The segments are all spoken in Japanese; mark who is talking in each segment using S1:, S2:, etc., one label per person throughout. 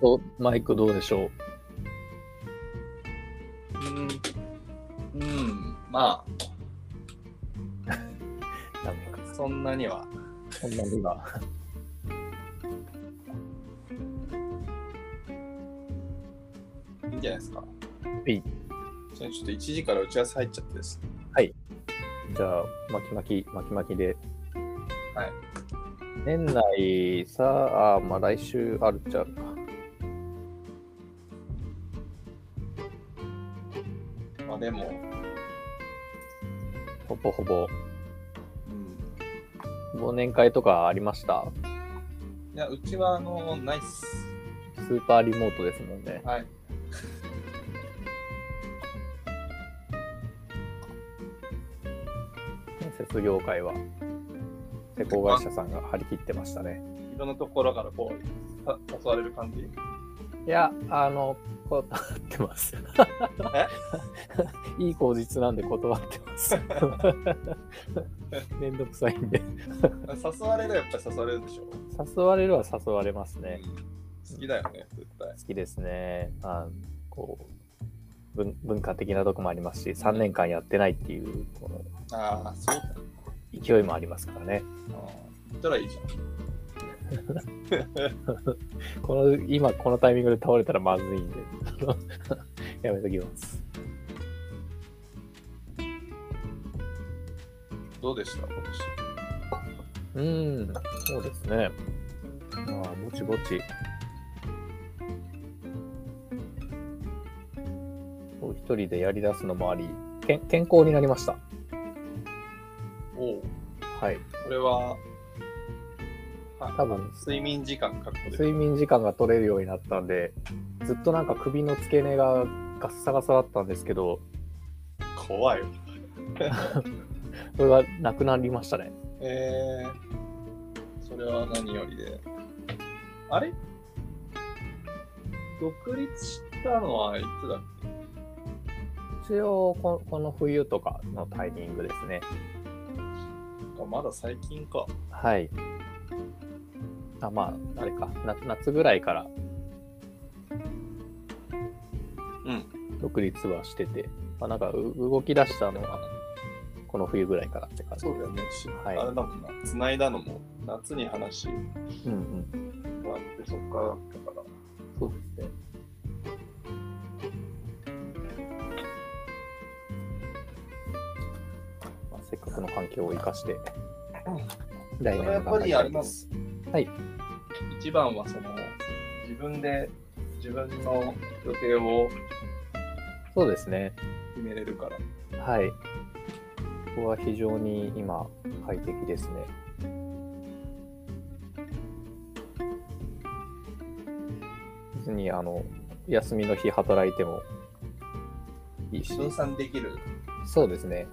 S1: おマイクどうでしょう
S2: うん、うん、ま
S1: ダメか
S2: あ、そんなには。
S1: そんなには
S2: いいんじゃないですか。
S1: い
S2: じゃあちょっと1時から打ち合わせ入っちゃってですね。
S1: じゃあ巻き巻き巻き巻きで
S2: はい
S1: 年内さあまあ来週あるっちゃあるか
S2: まあでも、
S1: ほぼほぼ
S2: うん、
S1: 忘年会とかありました
S2: いや、うちはあの、ないっす。
S1: スーパーリモートですもんね
S2: はい。
S1: 建設業界は施工会社さんが張り切ってましたね
S2: いろんなところからこう、さ誘われる感じ。
S1: いやあの断ってます いい口実なんで断ってます めんどくさいんで
S2: 誘われるやっぱり誘われるでしょ。
S1: 誘われるは誘われますね、
S2: うん好きだよね、絶対。
S1: 好きですね。まあ、こう文文化的なとこもありますし、3年間やってないっていうこの
S2: ああ、そうだね。
S1: 勢いもありますからね。
S2: あー行ったらいいじゃん。
S1: この今このタイミングで倒れたらまずいんで、 あのやめときます。
S2: どうでした今
S1: うん、そうですね。まあ、ぼちぼち。こう一人でやり出すのもあり、けん健康になりました。
S2: 年。おおう、
S1: はい。
S2: これは、
S1: 多分
S2: 睡眠時間確保できる。
S1: 睡眠時間が取れるようになったんでずっとなんか首の付け根がガッサガサだったんですけど
S2: 怖いよ。
S1: それがなくなりましたね
S2: えー、それは何よりで。あれ独立したのはいつだっ
S1: 一応ここの冬とかのタイミングですね
S2: けかまだ最近か。
S1: はいあまああれかな夏ぐらいから
S2: うん。
S1: 独立はしてて、まあ、なんかう動き出したのはこの冬ぐらいからって感じ
S2: そうだよね。
S1: はい
S2: あれだもんな。繋いだのも夏に話が
S1: うんうん
S2: あって、そっからだったから。
S1: そうですねまあせっかくの環境を生かして、来
S2: そ
S1: 年
S2: れ
S1: も
S2: はやっ
S1: 頑
S2: ぱ
S1: 張り
S2: り
S1: た
S2: あ
S1: いと思
S2: りま
S1: います
S2: す。
S1: はい。
S2: 一番はその自分で自分の予定を
S1: そうですね。
S2: 決めれるから。
S1: はい。ここは非常に今、快適ですね。別に、あの、休みの日働いてもいいし、
S2: 分散できる。
S1: そうですね。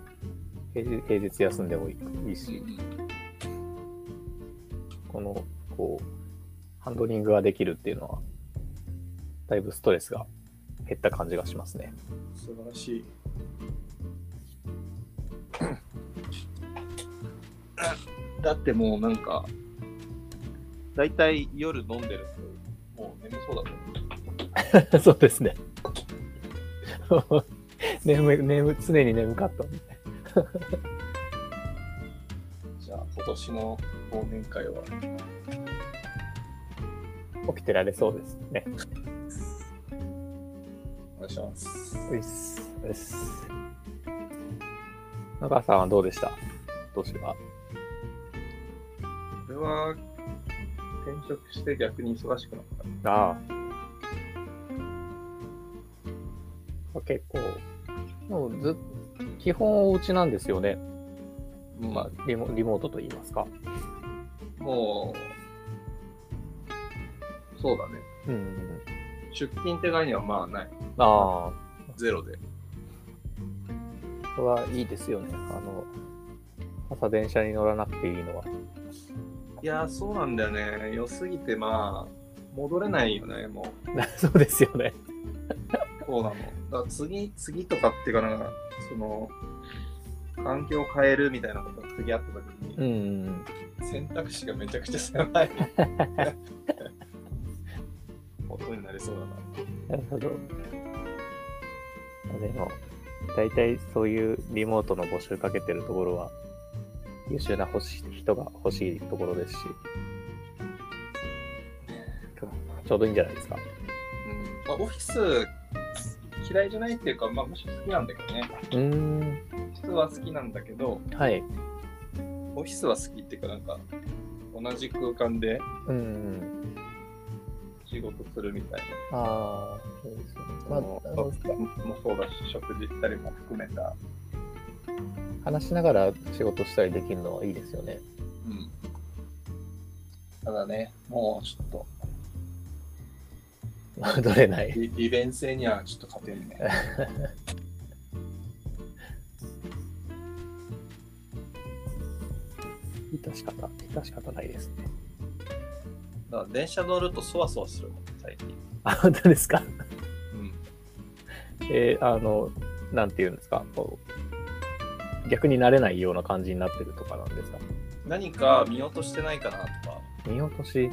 S1: 平日平日休んでもいいし、この、こう、ハンドリングができるっていうのは、だいぶストレスが減った感じがしますね。
S2: 素晴らしい。 だってもうなんか、だいたい夜飲んでると、もう眠そうだと思
S1: そうですね。 眠い眠常に眠かったんで。
S2: う。じゃあ、今年の忘年会は、
S1: 起きてられそうですね。
S2: お願いします。
S1: ういっす。ういっす。中さんはどうでした今年は。
S2: 俺は、転職して逆に忙しくなった。
S1: ああ。結構、もうず基本お家なんですよね。
S2: まあ、
S1: リモリモートと言いますか。
S2: もう、そうだね。
S1: うんうんうん。
S2: 出勤って概念はまあない。
S1: ああ。
S2: ゼロで。
S1: これはいいですよね。あの、朝電車に乗らなくていいのは。
S2: いやー、そうなんだよね。良すぎて、まあ、戻れないよね、もう。
S1: そうですよね。
S2: そうなの。だから次、次とかっていうかなんか、その、環境を変えるみたいなことが次あった時に、
S1: うんうんうん。
S2: 選択肢がめちゃくちゃ狭い。も ことになりそう
S1: な
S2: だな。
S1: るほど。でも、大体そういうリモートの募集かけてるところは、優秀な欲しい人が欲しいところですし、ちょうどいいんじゃないですか。
S2: うんまあ、オフィス嫌いじゃないっていうか、まあ、むしろ好きなんだけどね。
S1: うーん。
S2: 普通は好きなんだけど、
S1: はい。
S2: オフィスは好きっていうか、なんか、同じ空間で
S1: うん。
S2: 仕事するみたいな。
S1: ああ、そうですね。まあ、
S2: そ
S1: あ
S2: の
S1: の
S2: もそうだし、食事行ったりも含めた。
S1: 話しながら仕事したりできるのはいいですよね。
S2: うん。ただね、もうちょ っと、
S1: どれない。
S2: 利利便性にはちょっと勝てんね。
S1: 致し方、致し方ないですね。
S2: だから電車乗るとそわそわするもん、最近。
S1: あ、本当ですか
S2: うん。
S1: えーあの、なんて言うんですかこう逆になれないような感じになってるとかなんですか
S2: 何か見落としてないかなとか、
S1: 見落とし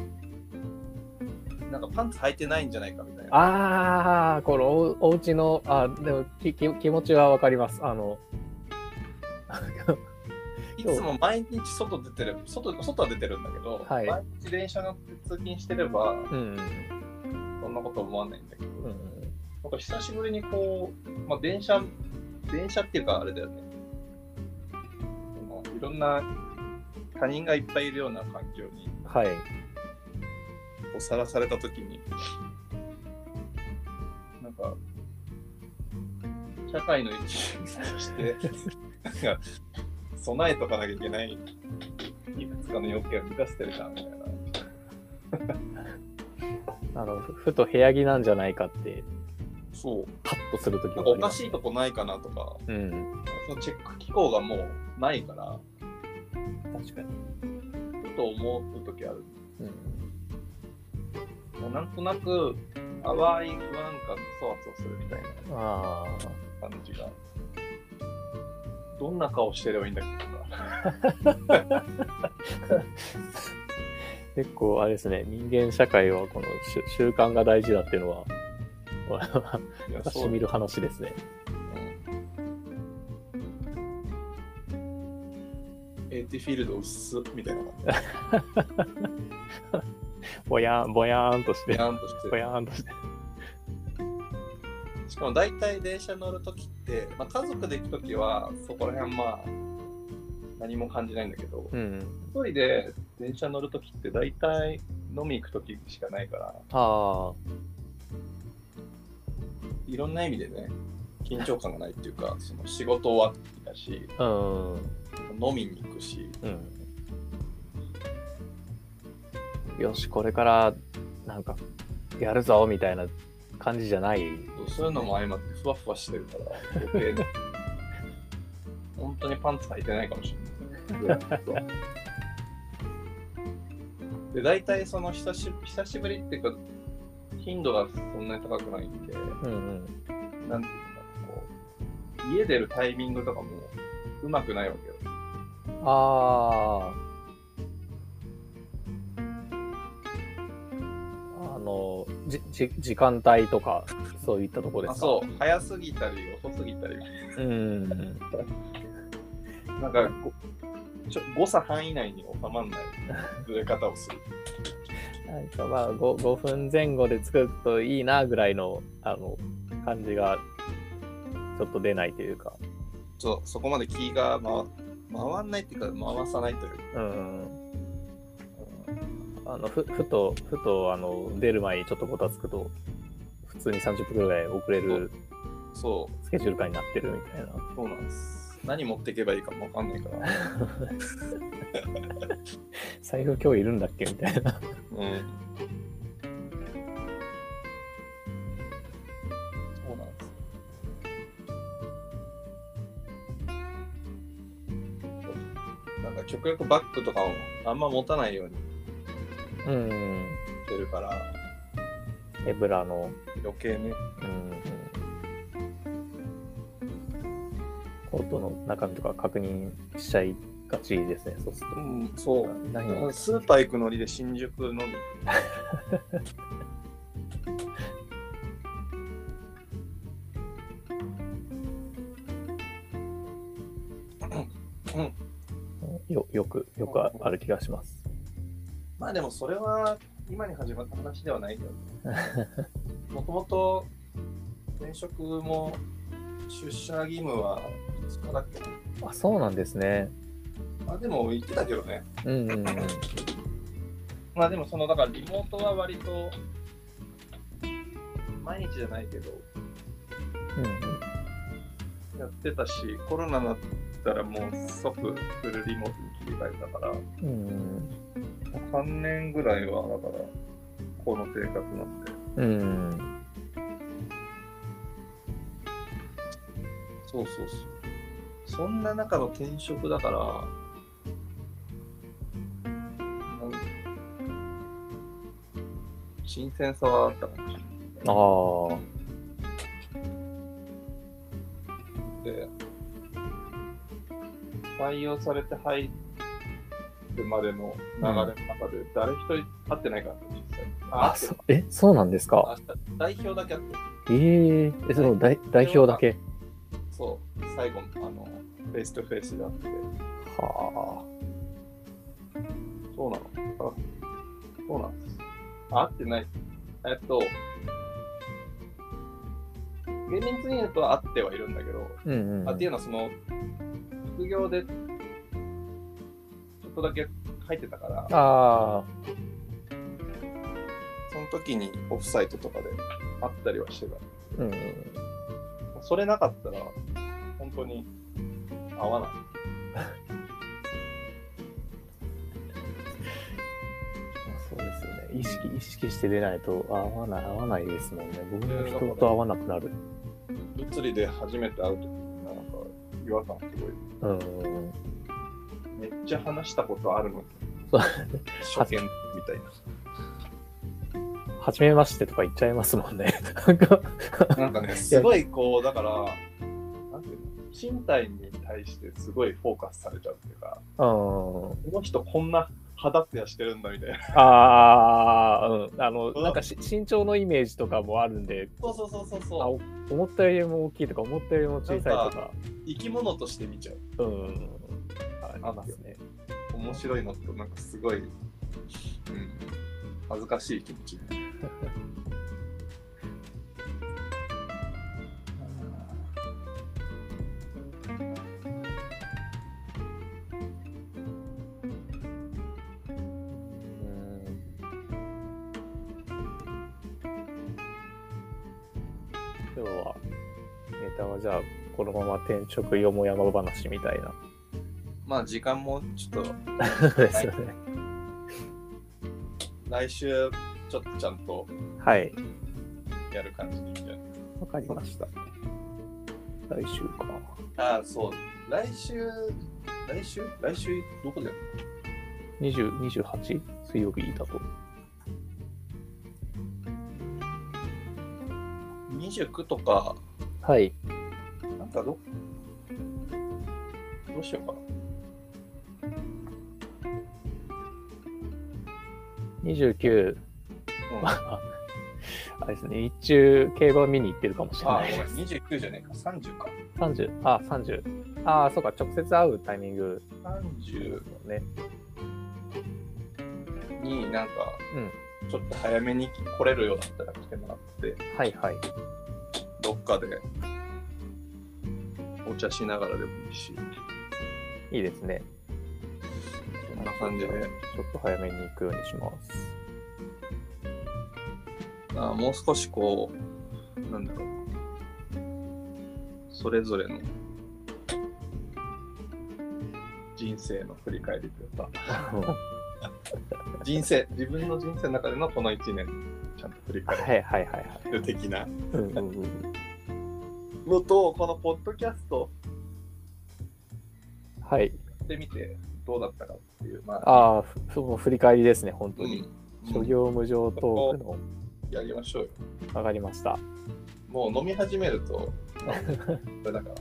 S2: なんかパンツ履いてないんじゃないかみたいな。
S1: ああ、このおお家の、あでもきき気持ちはわかります。あの、
S2: いつも毎日外出てる、外外は出てるんだけど、
S1: はい
S2: 毎日電車乗って通勤してれば、
S1: うん、
S2: そんなこと思わないんだけど、
S1: うん、
S2: なんか久しぶりにこう、まあ、電車、電車っていうかあれだよね。そのいろんな他人がいっぱいいるような環境に
S1: はい。
S2: こうさらされたときに、なんか、社会の一員として、なんか、備えとかなきゃいけない、いくつかの要件を満たしてるじゃん、みたいな。
S1: あの、ふふと部屋着なんじゃないかって、
S2: そう。
S1: パッとするとき
S2: な
S1: は
S2: んかおかしいとこないかなとか、
S1: うん、
S2: そのチェック機構がもうないから、
S1: 確かに。
S2: ふと思うときある。
S1: うん、
S2: もうなんとなく、淡い不安感とそわそわするみたい
S1: ああ。
S2: な感じが。どんな顔してればいいんだっけとか。
S1: 結構あれですね、人間社会はこの習習慣が大事だっていうのは、わ
S2: いや
S1: 私見る話ですね。
S2: エイティフィールド薄っみたいな感じ
S1: ぼやーん、ぼやーんとし
S2: で。
S1: て、
S2: やんとして
S1: ぼやーんとして。
S2: しかも大体電車乗るときって、まあ、家族で行くときはそこら辺まあ何も感じないんだけど、
S1: うん。
S2: 一人で電車乗るときって大体飲み行くときしかないから、
S1: ああ。
S2: いろんな意味でね、緊張感がないっていうか、その仕事終わってきたし、
S1: うん。
S2: 飲みに行くし、
S1: うん。よし、これから、なんか、やるぞ、みたいな感じじゃない。
S2: そういうのも相まってふわふわしてるから、余計に本当にパンツ履いてないかもしれない。で、大体その久し久しぶりっていうか、頻度がそんなに高くないんで、
S1: うんうん。
S2: なんていうんだろう、こう、家出るタイミングとかもうまくないわけよ。
S1: ああ。あの、じ、じ、時間帯とか、そういったとこです
S2: あ
S1: か
S2: そう、早すぎたり遅すぎたり、
S1: う。うん。
S2: なんかこうちょ誤差範囲内に収まらないずれ方をする。
S1: なんかまあ 5, 5分前後で作るといいなぐらいのあの感じがちょっと出ないというか、
S2: そうそこまで気が回回んないっていうか回さないというか、
S1: うん、あのふふとふとあの出る前にちょっとごたつくと普通に30分ぐらい遅れる
S2: そ
S1: スケジュール感になってるみたいな
S2: うそうなんです何持っていけばいいかもわかんないから、
S1: 財布今日いるんだっけみたいな
S2: うん、そうなんですなんか極力バッグとかをあんま持たないように
S1: うん
S2: してるから
S1: エブラの、
S2: 余計ね
S1: うん、コートの中身とか確認しちゃいがちですねそうすると
S2: うんそう
S1: ない
S2: スーパー行くノリで新宿飲み行く。うん
S1: よよくよくあある気がします。
S2: まあでもそれは今に始まった話ではないけどね。もともと転職も出社義務は2日だっけな
S1: あそうなんですね。
S2: まあでも言ってたけどね。
S1: うんうんうん。
S2: まあでもそのだからリモートは割と毎日じゃないけど
S1: うん
S2: やってたしコロナだったらもう即フルリモートに切り替えたから
S1: うんうん
S2: 3年ぐらいはだからこの生活なんで
S1: うんうん
S2: そうそうそう。そんな中の転職だから、なん新鮮さはあったかもし
S1: ああ
S2: れなくて、採用されて入るまでの流れの中で、誰一人会ってないからね、実際。
S1: あ
S2: 会って
S1: そ
S2: る
S1: えそうなんですか。
S2: あ代表だけあってる、
S1: えええそう代代表だけ。
S2: そう、最後、あの、フェイスとフェイスであって。
S1: は
S2: そうなのあそうなんです。あ、合ってない。えっと、厳密に言うと合ってはいるんだけど、
S1: あ。うんうん。
S2: あっていうのはその、副業で、ちょっとだけ入ってたから、
S1: あ
S2: その時にオフサイトとかで会ったりはして
S1: ーうんうん。
S2: た。それなかったら、本当に合わない。
S1: そうですよね。意識意識して出ないと合わない合わないですもんね。僕も人と合わなくなる。
S2: 物理で初めて会う時になんか違和感すごい。
S1: うんうん。
S2: めっちゃ話したことあるのに
S1: そう。
S2: 初見みたいな。
S1: 初めましてとか言っちゃいますもんね。なんか
S2: なんかね、すごいこう、だから、なんていうの、身体に対してすごいフォーカスされちゃうっていう
S1: う
S2: か、
S1: ん。
S2: この人こんな肌ツヤしてるんだみたいな。
S1: ああ、うん。あの、なんかし身長のイメージとかもあるんで、
S2: そうそうそうそう
S1: あ
S2: そう。
S1: お思ったよりも大きいとか、思ったよりも小さいと
S2: なん
S1: か、
S2: 生き物として見ちゃう。
S1: うん。ありますね。
S2: 面白いのと、なんかすごい、うん、恥ずかしい気持ち。
S1: うん今日は、ネタはじゃあ、このまま転職よもやま話みたいな。
S2: まあ、時間もちょっと、
S1: ですよね。
S2: 来週、ちょっとちゃんと
S1: はい。
S2: やる感じでいいんじゃない
S1: わかりました。来週か。
S2: ああ、そう。来週、来週来週、どこでやる
S1: 20 28? 水曜日だと。
S2: ?29 とか、
S1: はい。
S2: なんかど、どうしようかな。
S1: 29、
S2: うん、あ、
S1: ああれですね、日中、競馬見に行ってるかもしれ
S2: ご
S1: な
S2: め
S1: い
S2: ん
S1: で、す。
S2: 29じゃねえか、30か。
S1: 30、あ、30。あ、そうか、直接会うタイミング
S2: 30
S1: ね。
S2: になんか、ちょっと早めに来れるようだったら来てもらって、
S1: はいはい。
S2: どっかでお茶しながらでもいいし、
S1: いいですね。
S2: そんな感じで、
S1: ちょっと早めに行くようにします。
S2: あもう少しこう、なんだろう、それぞれの人生の振り返りというか、 人生、自分の人生の中でのこの1年、ちゃんと振り
S1: はい
S2: 返
S1: はいはいはい。
S2: る的な
S1: うんうんうん
S2: のと、このポッドキャスト
S1: はい。
S2: やってみてどうだったかっていう、まあ、
S1: ああ、ふそう振り返りですね、本当
S2: うん、
S1: に。
S2: う
S1: 諸
S2: ん
S1: 行無常トークの、
S2: やりましょうよ。
S1: 上がりました。
S2: もう飲み始める と、あこれだから、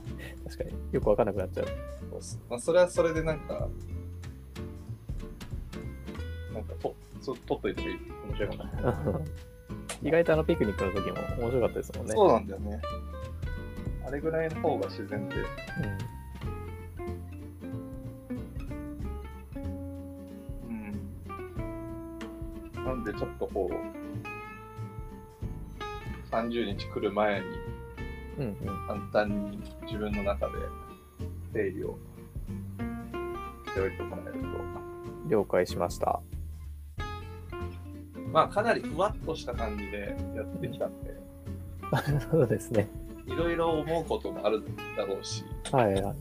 S1: 確かによくわかんなくなっちゃ う。
S2: そうっすまあ、それはそれでなんか、なんかと、そう取っといたらいい。面白いかもね。
S1: 意外とあのピクニックの時も面白かったですもんね。
S2: そうなんだよね。あれぐらいの方が自然で、
S1: うん
S2: なんでちょっとこう、30日来る前に
S1: うんうん。
S2: 簡単に自分の中で整理をしておいてもらえると、
S1: 了解しました。
S2: まあかなりふわっとした感じでやってきたんで、
S1: そうですね。
S2: いろいろ思うこともあるだろうし、
S1: はいはい。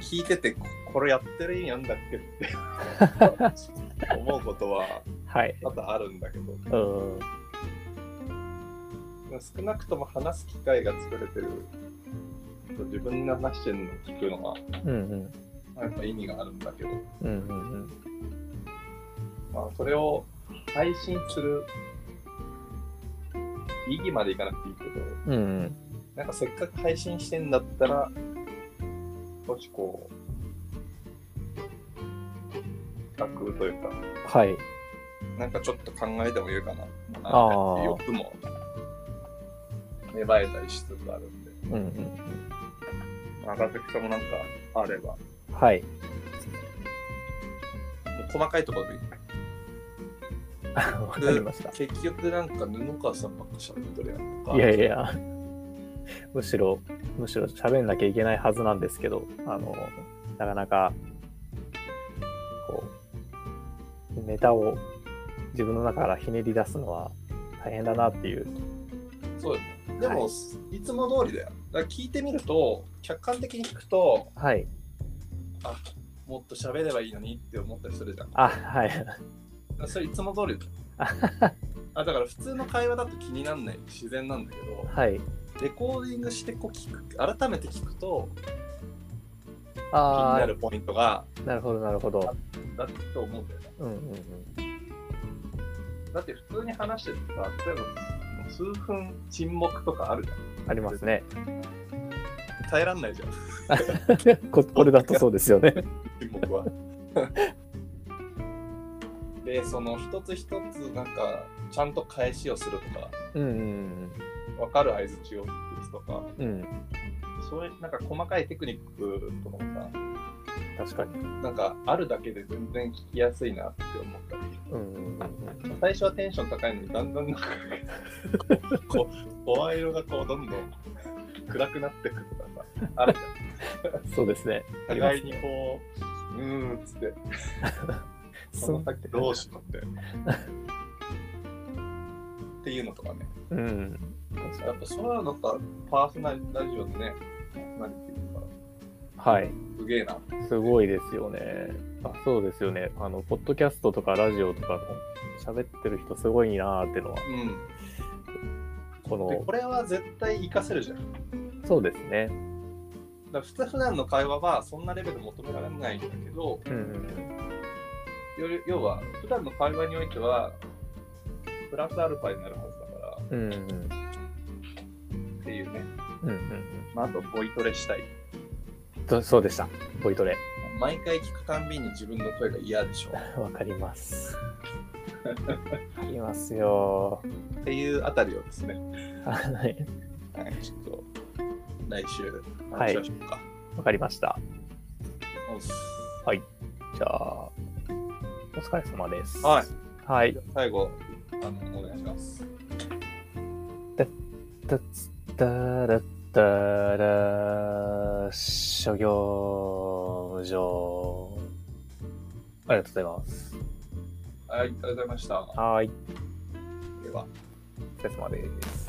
S2: 聞いててここれやってる意味あんだっけって思うことは
S1: はい。
S2: 多々あるんだけど
S1: うん。
S2: 少なくとも話す機会が作れてる自分が話してるのを聞くのは
S1: うん
S2: やっぱ意味があるんだけど、
S1: うん。うんうんうん。
S2: まあ、それを配信する意義までいかなくていいけど
S1: うんうん。
S2: なんかせっかく配信してんだったら少しこう楽というか
S1: はい。
S2: なんかちょっと考えてもいいかな。
S1: あー
S2: なんか欲も芽生えたりしつつあるんで、
S1: うんうん。
S2: 長崎さんもなんかあれば、も
S1: はい。
S2: う細かいところでいい。
S1: わかりました。
S2: 結局なんか布川さんばっかしゃべっとるやんとか。
S1: いやいや、むしろ、むしろ喋んなきゃいけないはずなんですけど、あの、なかなか、こう、ネタを自分の中からひねり出すのは大変だなっていう。
S2: そうよね。でも、い、つも通りだよ。だから聞いてみると、客観的に聞くと、
S1: はい。
S2: もっと喋ればいいのにって思ったりするじゃん。だ
S1: あ、はい。
S2: からそれいつも通りだよ。あだから普通の会話だと気になんない自然なんだけど、
S1: はい。
S2: レコーディングしてこう聞く改めて聞くと気に
S1: あ
S2: なるポイントが
S1: あ、なるほど、なるほど。
S2: だと思うんだよね。
S1: うんうんうん。
S2: だって普通に話しててさ、例えばもう数分沈黙とかあるじゃ
S1: あります ね。
S2: ん。耐えらんないじゃん、
S1: ここれだとそうですよね。
S2: 沈黙は。 で、その一つ一つなんか、ちゃんと返しをするとか、
S1: うんうん
S2: 分かる合図値を打つとか、
S1: うん。うん。
S2: そういうなんか細かいテクニックとかもさ、
S1: 確かに。
S2: なんかあるだけで全然聞きやすいなって思ったり。
S1: うんうんうん。
S2: 最初はテンション高いのにだんだんなんかこう声色がこうどんどん暗くなってくるとかさあるじ
S1: そうですね。
S2: ゃん互いにこううーんっつってその先どうしようってっていうのとかね
S1: うん。
S2: やっぱそういうのかパーソナリラジオでねパーソナリティとか
S1: はい。
S2: すげえな
S1: すごいですよね。あそうですよね。あの、ポッドキャストとかラジオとかの喋ってる人すごいなーってのは、
S2: う
S1: こ
S2: んで
S1: の、
S2: これは絶対活かせるじゃんだか
S1: そうですね。
S2: ら普通普段の会話はそんなレベル求められないんだけど、
S1: うんうん
S2: より要は普段の会話においてはプラスアルファになるはずだから
S1: うん。うんうん
S2: っていうね、
S1: うんうん
S2: まあ、あとボイトレしたい
S1: とそうでした。ボイトレ。
S2: 毎回聞くたんびに自分の声が嫌でしょ
S1: わかります。わかりますよ
S2: っていうあたりをですね、
S1: ー。はい。
S2: はい、ちょっと来週
S1: はい
S2: 話しましょうか、
S1: わかりました。
S2: おっす
S1: じゃあ、お疲れ様です。。
S2: はい
S1: はい。
S2: 最後あのお願いします
S1: たつたらたら諸行無常ありがとうございます
S2: はいありがとうございました
S1: はい
S2: では
S1: お疲れ様です